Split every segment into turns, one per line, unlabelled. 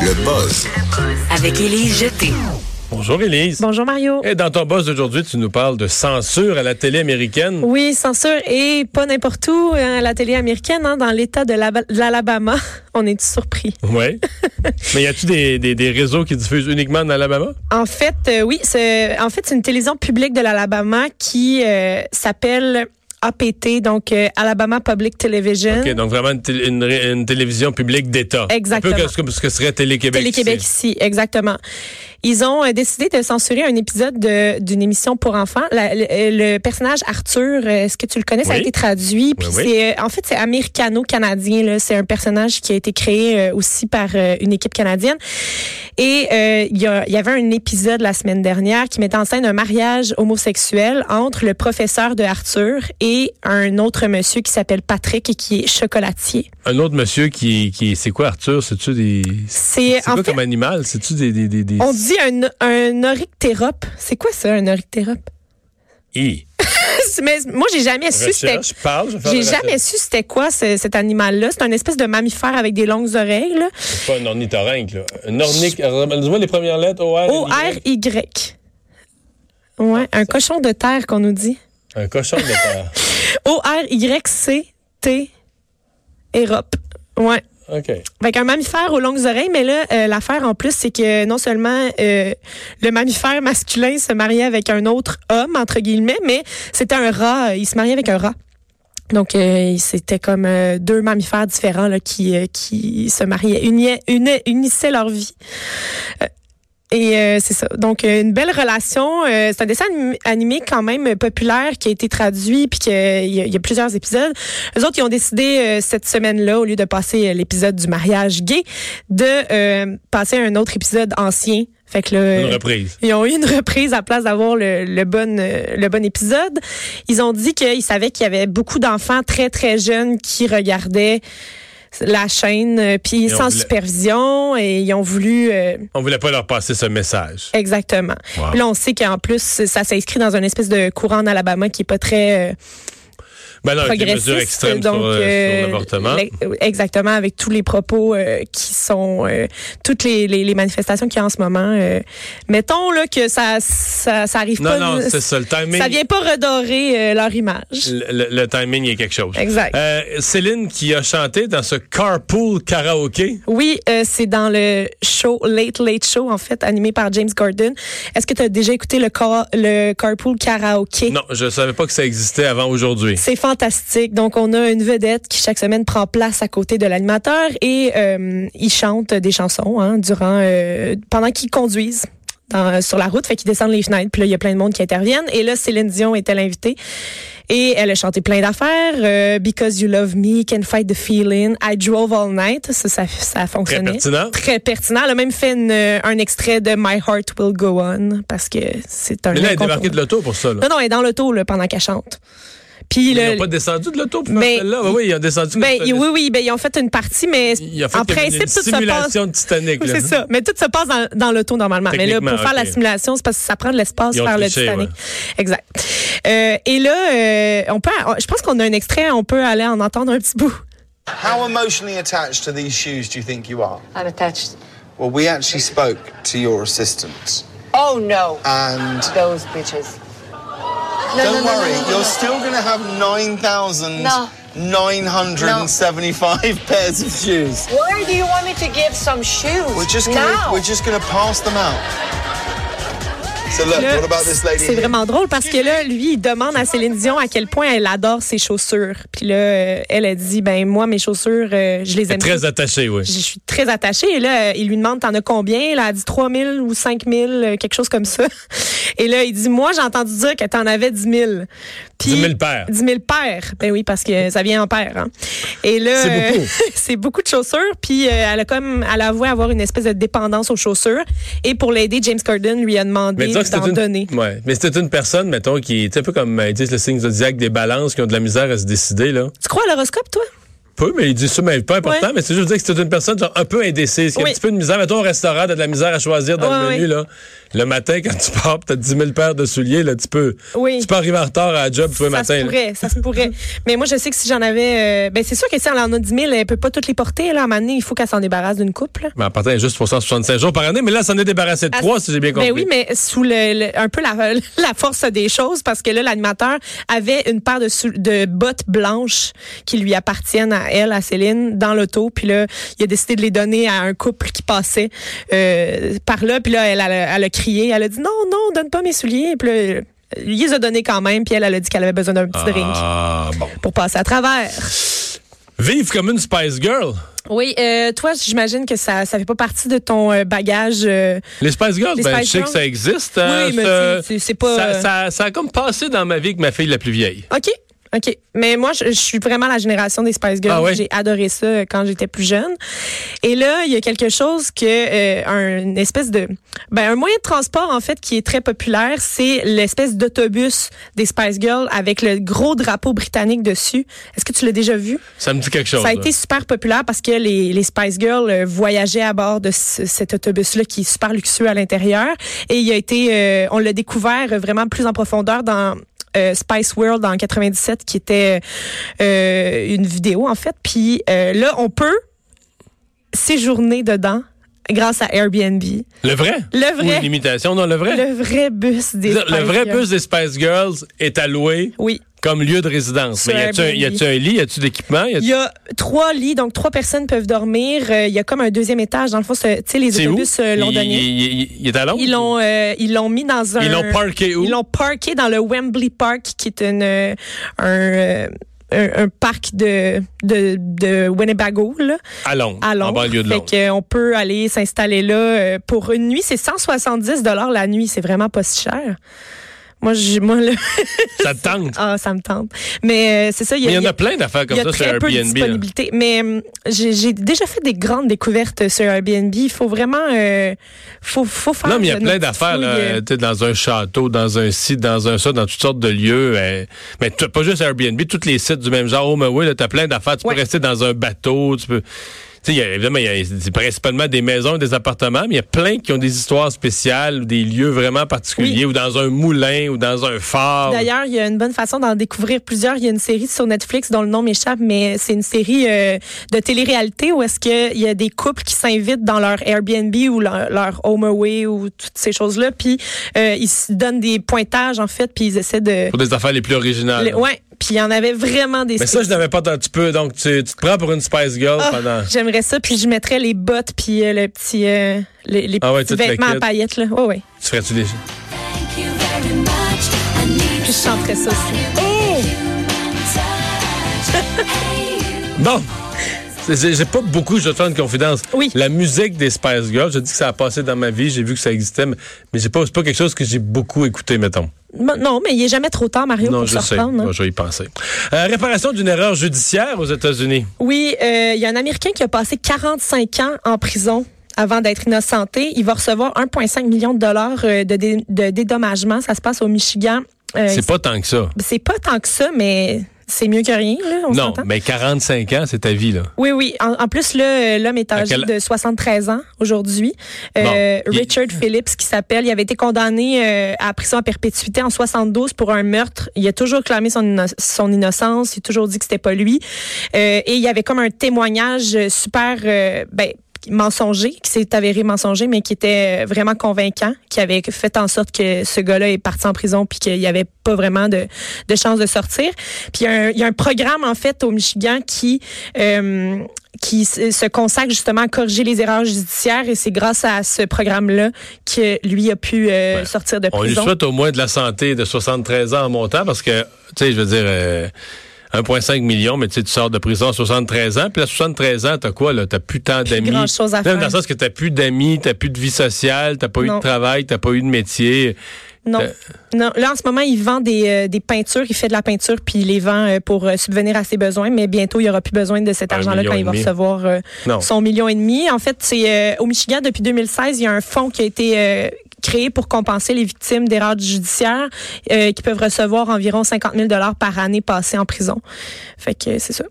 Le buzz
Avec Élise Jeté.
Bonjour Élise.
Bonjour Mario.
Et dans ton boss d'aujourd'hui, tu nous parles de censure à la télé américaine.
Oui, censure et pas n'importe où hein, à la télé américaine, hein, dans l'État de l'Aba- de l'Alabama. On est surpris.
Ouais. Mais y a-tu des, des- des réseaux qui diffusent uniquement en Alabama?
En fait, euh, oui, c'est en fait c'est une télévision publique de l'Alabama qui euh, s'appelle APT, donc euh, Alabama Public Television.
OK, donc vraiment une, télé- une ré- une télévision publique d'État.
Exactement.
Un peu que ce que, ce que serait Télé-Québec.
Télé-Québec
ici.
ici, exactement. Ils ont euh, décidé de censurer un épisode de- d'une émission pour enfants. La- le, le personnage Arthur, euh, est-ce que tu le connais? Ça a
Oui.
été traduit. Puis
Oui, oui.
c'est, euh, en fait, c'est américano-canadien. là. C'est un personnage qui a été créé euh, aussi par euh, une équipe canadienne. Et euh, il y, a- il y avait un épisode la semaine dernière qui mettait en scène un mariage homosexuel entre le professeur de Arthur et un autre monsieur qui s'appelle Patrick et qui est chocolatier.
Un autre monsieur qui, qui c'est quoi Arthur? C'est-tu des...
C'est
C'est
en
quoi
fait
comme animal? C'est-tu des... des, des, des...
On dit un, un orictérope. C'est quoi ça, un orictérope?
Hi.
Mais moi, j'ai jamais su c'était.
Recherche, parle. je vais faire
J'ai
la
jamais
recherche.
su c'était quoi ce- cet animal-là. C'est un espèce de mammifère avec des longues oreilles. là.
C'est pas un ornithorynque, là. Un ornique... euh, Dis-moi les premières lettres. O-R...
O-R-Y. Ouais, un cochon de terre qu'on nous dit.
Un cochon de terre.
O-R-Y-C-T. Europe. Ouais.
OK.
Fait un mammifère aux longues oreilles, mais là, euh, l'affaire en plus, c'est que non seulement euh, le mammifère masculin se mariait avec un autre homme, entre guillemets, mais c'était un rat, euh, il se mariait avec un rat. Donc, euh, c'était comme euh, deux mammifères différents là, qui, euh, qui se mariaient, uniaient- unaient- unissaient leur vie. Euh, Et euh, c'est ça. Donc, euh, une belle relation. Euh, c'est un dessin anim- animé quand même euh, populaire qui a été traduit, puis qu'il y, a- il y a plusieurs épisodes. Les autres, ils ont décidé euh, cette semaine-là, au lieu de passer euh, l'épisode du mariage gay, de euh, passer un autre épisode ancien. Fait que là,
Une
euh,
reprise.
ils ont eu une reprise à place d'avoir le, le bon, euh, le bon épisode. Ils ont dit qu'ils savaient qu'il y avait beaucoup d'enfants très, très jeunes qui regardaient la chaîne, euh, puis
Ils ont
sans
voulu-
supervision, et ils ont voulu... euh,
On voulait pas leur passer ce message.
exactement.
Wow.
Puis Là, on sait qu'en plus, ça s'inscrit dans une espèce de courant en Alabama qui est pas très... euh,
Ben non, avec des mesures
progressiste.
extrêmes
donc,
sur, euh, sur
euh,
l'avortement.
l'e- Exactement, avec tous les propos euh, qui sont euh, toutes les, les- les manifestations qu'il y a en ce moment. euh. mettons là que ça ça, ça arrive
Non,
pas.
non,
de-
c'est ça. Le timing,
ça vient pas redorer euh, leur image.
le, le- le timing est quelque chose.
Exact.
Euh, Céline qui a chanté dans ce carpool karaoké.
Oui, euh, c'est dans le show Late Late Show en fait animé par James Gordon. Est-ce que tu as déjà écouté le car- le carpool karaoke
Non, je savais pas que ça existait avant aujourd'hui.
C'est fantastique. Donc, on a une vedette qui, chaque semaine, prend place à côté de l'animateur et euh, il chante des chansons hein, durant euh, pendant qu'ils conduisent. dans- sur la route, fait qu'ils descendent les fenêtres, puis là, il y a plein de monde qui interviennent. Et là, Céline Dion était l'invitée. Et elle a chanté plein d'affaires. euh, Because You Love Me, Can Fight the Feeling, I Drove All Night. Ça, ça, ça
Très
fonctionnait.
pertinent.
Très pertinent. Elle a même fait une- un extrait de My Heart Will Go On, parce que c'est un
Mais là, elle est
incontournable.
débarquée de l'auto pour ça. Là.
Non, non, elle est dans l'auto là, pendant qu'elle chante. Puis
Ils
le,
n'ont pas descendu de l'auto pour
Ben,
faire celle-là. Ben oui, ils ont descendu.
ben,
pour
oui,
faire-
oui, ben, ils ont fait une partie, mais
Ils ont fait
en
comme
principe,
une
tout se passe.
simulation de Titanic. là.
C'est ça. Mais tout se passe dans, dans l'auto normalement. Mais là, pour
Techniquement,
faire la
ok.
simulation, c'est parce que ça prend de l'espace
Ils ont
faire le
triché,
Titanic. Exact. Euh, et là, euh, on peut, je pense qu'on a un extrait, on peut aller en entendre un petit bout.
How emotionally attached to these shoes do you think you are?
I'm attached.
Well, we actually spoke to your assistant.
Oh no.
And
Those bitches. No,
don't
no, no,
worry,
no, no,
you're
no.
still going to have 9,975 pairs of shoes.
Why do you want me to give some shoes?
We're just going to
now.
we're just going to pass them out. So look,
Là,
what about this lady?
c'est
here?
vraiment drôle parce que là, lui, il demande à Céline Dion à quel point elle adore ses chaussures. Puis là, euh, elle a dit, ben moi, mes chaussures, euh, je les
Elle est
aime.
Très attaché, oui.
je suis très attachée. Et là, euh, il lui demande, t'en as combien? Là, elle dit 3 000 ou 5 000, euh, quelque chose comme ça. Et là, il dit, moi, j'ai entendu dire que t'en avais 10 000. Puis,
10 000 paires.
10 000 paires. Ben oui, parce que ça vient en paires. hein. Et là,
C'est
euh,
beaucoup.
c'est beaucoup de chaussures. Puis, euh, elle a comme, elle avoué avoir une espèce de dépendance aux chaussures. Et pour l'aider, James Corden lui a demandé
disons que
d'en
c'était une...
donner.
Ouais. Mais c'était une personne, mettons, ben, qui est un peu comme euh, ils disent le signe zodiaque des balances qui ont de la misère à se décider. là.
Tu crois à l'horoscope, toi?
Peu, mais il dit ça, mais pas important.
Ouais.
Mais c'est juste dire que c'est une personne genre, un peu indécise, qui a
Oui.
un petit peu de misère. Mettons au restaurant, t'as de la misère à choisir dans le
Ouais,
menu.
ouais.
Là. Le matin, quand tu pars, pis t'as 10 000 paires de souliers, là, tu, peux,
Oui.
tu peux arriver en retard à la job tous les
ça
matins.
se
là.
pourrait, ça se pourrait. Mais moi, je sais que si j'en avais. euh, ben, c'est sûr que si elle en a 10 000, elle peut pas toutes les porter. Là, à un moment donné, il faut qu'elle s'en débarrasse d'une couple. là.
Mais en partant, il y a juste pour 165 jours par année. Mais là, ça en est débarrassé de
Ah,
trois, si j'ai bien compris.
Ben oui, mais sous le, le- un peu la, la force des choses, parce que là, l'animateur avait une paire de, sou- de bottes blanches qui lui appartiennent à elle, à Céline, dans l'auto. Puis là, il a décidé de les donner à un couple qui passait euh, par là. Puis là, elle, elle, a- elle a crié. Elle a dit non, non, donne pas mes souliers. Puis là, il les a donnés quand même. Puis elle, elle a dit qu'elle avait besoin d'un petit drink
Ah, bon.
pour passer à travers.
Vive comme une Spice Girl.
Oui, euh, toi, j'imagine que ça ça fait pas partie de ton euh, bagage. euh,
Les Spice Girls,
Les
ben,
Spice
je sais que
Girls.
ça existe. hein,
Oui, mais
ça-
c'est- c'est- c'est pas,
Ça,
euh,
ça- ça a comme passé dans ma vie avec ma fille la plus vieille.
OK. OK. Mais moi, je, je suis vraiment la génération des Spice Girls.
Ah ouais?
J'ai adoré ça euh, quand j'étais plus jeune. Et là, il y a quelque chose que euh, une espèce de ben un moyen de transport en fait qui est très populaire, c'est l'espèce d'autobus des Spice Girls avec le gros drapeau britannique dessus. Est-ce que tu l'as déjà vu
Ça me dit quelque chose.
Ça a
là.
été super populaire parce que les, les Spice Girls euh, voyageaient à bord de ce- cet autobus-là qui est super luxueux à l'intérieur. Et il a été, euh, on l'a découvert euh, vraiment plus en profondeur dans euh, Spice World en 97, qui était euh, une vidéo en fait. Puis euh, là, on peut séjourner dedans grâce à Airbnb.
Le vrai?
Le
Ou
vrai.
une imitation? Non, le vrai.
Le vrai bus des
Le
Spice
vrai
Girls.
bus des Spice Girls est alloué
Oui.
comme lieu de résidence.
Sur
Mais y a-tu un,
Airbnb.
y a-tu un lit? Y a-tu d'équipement? Y a-tu-
Il y a trois lits, donc trois personnes peuvent dormir. Euh, Il y a comme un deuxième étage. Dans le fond, c'est- tu sais, les
C'est où?
autobus euh,
Il-
londoniens.
il- il- il est à Londres?
Ils l'ont, euh, ils l'ont mis dans un.
Oh, Ils l'ont parké où?
Ils l'ont parké dans le Wembley Park, qui est une, euh, un, euh, un, un parc de, de, de Winnebago, là,
À Londres.
à Londres.
En banlieue de
Fait
Londres.
que, euh, on peut aller s'installer là euh, pour une nuit. C'est 170 la nuit. C'est vraiment pas si cher. Moi, j'ai- moi là,
Ça te tente.
ah, ça me tente. Mais euh, c'est ça, il y a,
Mais il y en
il y
a
a-
plein d'affaires
il
comme
y a
ça sur
très peu de
Airbnb. hein. là.
disponibilité. Mais hum, j'ai j'ai déjà fait des grandes découvertes sur Airbnb. Il faut vraiment... euh, faut, faut faire...
Non, mais il y a
une
plein
petite
d'affaires, là,
fouille, euh,
euh, tu sais, dans un château, dans un site, dans un ça, dans toutes sortes de lieux. euh, mais t'as pas juste Airbnb, tous les sites du même genre. Oh, mais oui, là, t'as plein d'affaires. Tu
Ouais.
peux rester dans un bateau, tu peux. Tu sais, il y a- évidemment, il y a c'est principalement des maisons, des appartements, mais il y a plein qui ont des histoires spéciales, ou des lieux vraiment particuliers, ou dans un moulin, ou dans un phare.
D'ailleurs, il y a une bonne façon d'en découvrir plusieurs. Il y a une série sur Netflix dont le nom m'échappe, mais c'est une série euh, de télé-réalité où est-ce qu'il y a des couples qui s'invitent dans leur Airbnb ou leur, leur home away ou toutes ces choses-là, puis euh, ils se donnent des pointages en fait, puis ils essaient de.
Pour des affaires les plus originales.
Le- ouais. Puis il y en avait vraiment des.
hein. Mais ça, je n'avais pas tant. Tu peux, donc, tu, tu te prends pour une Spice Girl
Ah,
pendant.
J'aimerais ça, puis je mettrais les bottes, puis euh, le petit, euh, les, les
Ah ouais,
petits
toute la
vêtements à
kit.
paillettes là. Ouais, ouais.
Tu ferais-tu des.
Puis je chanterais ça aussi.
Bon. C'est- c'est- J'ai pas beaucoup, je vais te faire une confidence.
Oui.
La musique des Spice Girls, je dis que ça a passé dans ma vie, j'ai vu que ça existait, mais, mais j'ai pas, c'est pas quelque chose que j'ai beaucoup écouté, mettons.
Bon, Non, mais il est jamais trop tard, Mario,
non,
pour
je
se
sais.
reprendre. hein.
Bon, je vais y penser. Euh, réparation d'une erreur judiciaire aux États-Unis.
Oui, euh, il y a un Américain qui a passé 45 ans en prison avant d'être innocenté. Il va recevoir 1,5 million de dollars euh, de, dé- de dédommagement. Ça se passe au Michigan. Euh,
C'est pas tant que ça.
c'est pas tant que ça, mais c'est mieux que rien, là, on
Non,
s'entend.
mais 45 ans, c'est ta vie, là.
Oui, oui. En, en plus, là, euh, l'homme est
À
âgé
quel-
de 73 ans aujourd'hui. Euh,
Bon, il-
Richard Phillips, qui s'appelle, il avait été condamné euh, à prison à perpétuité en 72 pour un meurtre. Il a toujours clamé son, inno- son innocence. Il a toujours dit que c'était pas lui. Euh, et il y avait comme un témoignage euh, super, euh, ben, mensonger, qui s'est avéré mensonger, mais qui était euh, vraiment convaincant, qui avait fait en sorte que ce gars-là est parti en prison puis qu'il n'y avait pas vraiment de, de chance de sortir. Puis il y, a un- il y a un programme, en fait, au Michigan qui... euh, qui se se consacre justement à corriger les erreurs judiciaires et c'est grâce à ce programme-là que lui a pu euh,
Ben,
sortir de
On lui
prison.
souhaite au moins de la santé de 73 ans en montant parce que, tu sais, je veux dire, euh, 1,5 million, mais tu sais, tu sors de prison à 73 ans. Puis à 73 ans, t'as quoi, là? T'as plus tant d'amis.
grand-chose à
Non, mais Dans
faire.
le sens que t'as plus d'amis, t'as plus de vie sociale, t'as pas eu
Non.
de travail, t'as pas eu de métier.
Non.
Euh,
non. Là, en ce moment, il vend des, euh, des peintures, il fait de la peinture, puis il les vend euh, pour euh, subvenir à ses besoins, mais bientôt, il n'y aura plus besoin de cet
Un
argent-là
million
quand
et
il va
demi.
recevoir euh,
Non.
son million et demi. En fait, c'est euh, au Michigan, depuis 2016, il y a un fonds qui a été euh, créé pour compenser les victimes d'erreurs judiciaires euh, qui peuvent recevoir environ 50 000 par année passée en prison. Fait que euh, c'est ça.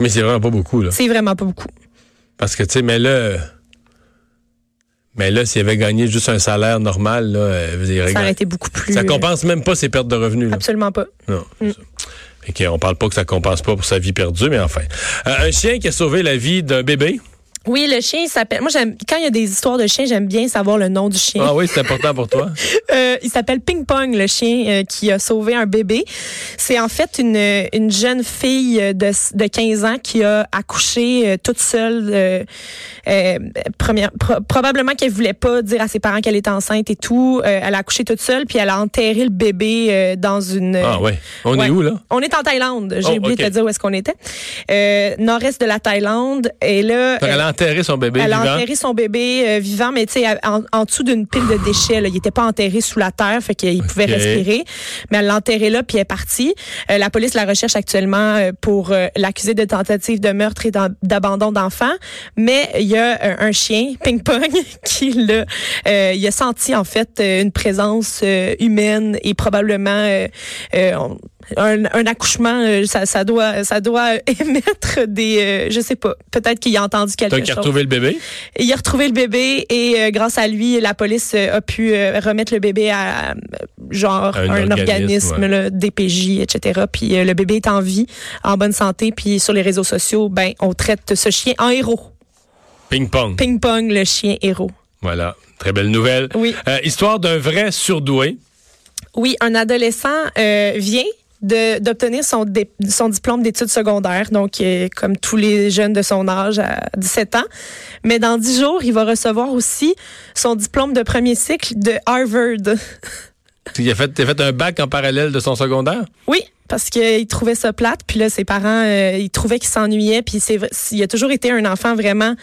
Mais c'est vraiment pas beaucoup, là.
C'est vraiment pas beaucoup.
Parce que, tu sais, mais là. Mais là, s'il avait gagné juste un salaire normal, là, euh, je veux dire,
Ça
regarde,
aurait été beaucoup plus.
ça compense même pas ses pertes de revenus.
euh,
là.
Absolument pas.
Non. c'est ça. Fait que, on parle pas que ça compense pas pour sa vie perdue, mais enfin. Euh, un chien qui a sauvé la vie d'un bébé.
Oui, le chien il s'appelle. Moi, j'aime quand il y a des histoires de chiens, j'aime bien savoir le nom du chien.
Ah oui, c'est important pour toi.
Euh, il s'appelle Ping Pong, le chien euh, qui a sauvé un bébé. C'est en fait une, une jeune fille euh, de, de 15 ans qui a accouché euh, toute seule. euh, euh, première- pro- probablement qu'elle voulait pas dire à ses parents qu'elle était enceinte et tout. Euh, elle a accouché toute seule, puis elle a enterré le bébé euh, dans une...
Ah ouais. On
Ouais.
est où, là?
On est en Thaïlande. J'ai
Oh,
oublié
ok.
de te dire où est-ce qu'on était. Euh, nord-est de la Thaïlande. Et là...
Fait qu'elle a enterré son bébé
Euh, Elle a
vivant.
enterré son bébé euh, vivant, mais tu sais, en, en dessous d'une pile de déchets. là. Il n'était pas enterré sous la terre, fait qu'il pouvait
Ok.
respirer. Mais elle l'a enterré là, puis elle est partie. Euh, la police la recherche actuellement euh, pour euh, l'accuser de tentative de meurtre et d'en- d'abandon d'enfant. Mais il y a euh, un chien, Ping Pong, qui l'a, euh, il a senti en fait euh, une présence euh, humaine et probablement euh, euh, on- un, un accouchement. euh, ça, ça doit, ça doit émettre des, euh, je sais pas. Peut-être qu'il a entendu quelque
T'as
chose.
qu'à retrouver le bébé.
Et Il a retrouvé le bébé et euh, grâce à lui, la police euh, a pu euh, remettre le bébé à euh, genre
Un
un,
organisme,
organisme,
ouais.
là, DPJ, etc. Puis euh, le bébé est en vie, en bonne santé. Puis sur les réseaux sociaux, ben on traite ce chien en héros.
Ping-pong.
Ping pong, le chien héros.
Voilà. Très belle nouvelle.
Oui.
Euh, histoire d'un vrai surdoué.
Oui, un adolescent euh, vient de- d'obtenir son, dé- son diplôme d'études secondaires, donc euh, comme tous les jeunes de son âge à 17 ans. Mais dans 10 jours, il va recevoir aussi son diplôme de premier cycle de Harvard.
Il a fait, il a fait un bac en parallèle de son secondaire.
Oui, parce qu'il trouvait ça plate. Puis là, ses parents, euh, ils trouvaient qu'il s'ennuyait. Puis c'est vrai- il a toujours été un enfant vraiment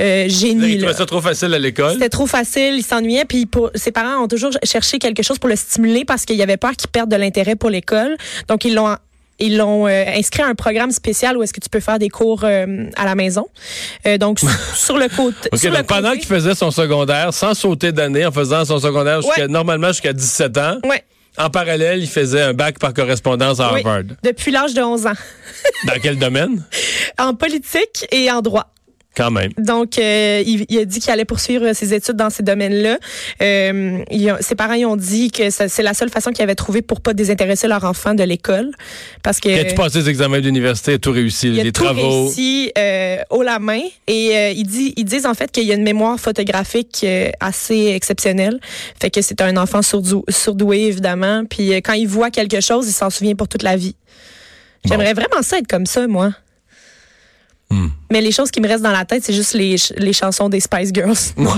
euh,
Il
génie. là.
trouvait ça trop facile à l'école.
C'était trop facile, il s'ennuyait. Puis pour, ses parents ont toujours cherché quelque chose pour le stimuler parce qu'il avait peur qu'il perde de l'intérêt pour l'école. Donc, ils l'ont... Ils l'ont euh, inscrit à un programme spécial où est-ce que tu peux faire des cours euh, à la maison. Euh, donc, sur- sur le côté.
OK,
sur le
donc pendant
côté-
qu'il faisait son secondaire, sans sauter d'année, en faisant son secondaire jusqu'à-
Ouais.
normalement jusqu'à 17 ans,
Ouais,
en parallèle, il faisait un bac par correspondance à
oui,
Harvard.
depuis l'âge de 11 ans.
Dans quel domaine?
En politique et en droit.
Quand même.
Donc, euh, il, il a dit qu'il allait poursuivre euh, ses études dans ces domaines-là. Euh, il a- ses parents ils ont dit que ça- c'est la seule façon qu'ils avaient trouvé pour pas désintéresser leur enfant de l'école, parce que
As-tu passé les examens d'université? Tout réussi?
il a
les
tout
travaux?
réussi euh, haut la main et euh, il dit, ils disent en fait qu'il y a une mémoire photographique euh, assez exceptionnelle. Fait que c'est un enfant surdou- surdoué évidemment. Puis euh, quand il voit quelque chose, il s'en souvient pour toute la vie. J'aimerais vraiment ça être comme ça, moi.
Hmm.
Mais les choses qui me restent dans la tête, c'est juste les, ch- les chansons des Spice Girls.
Moi,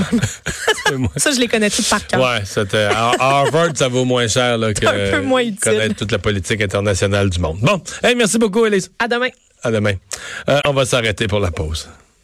Ça, je les connais toutes par cœur.
Hmm. Ouais, c'était à Harvard, ça vaut moins cher là, que
un peu moins utile.
connaître toute la politique internationale du monde. Bon, hey, merci beaucoup, Elise.
À demain.
À demain. Euh, on va s'arrêter pour la pause.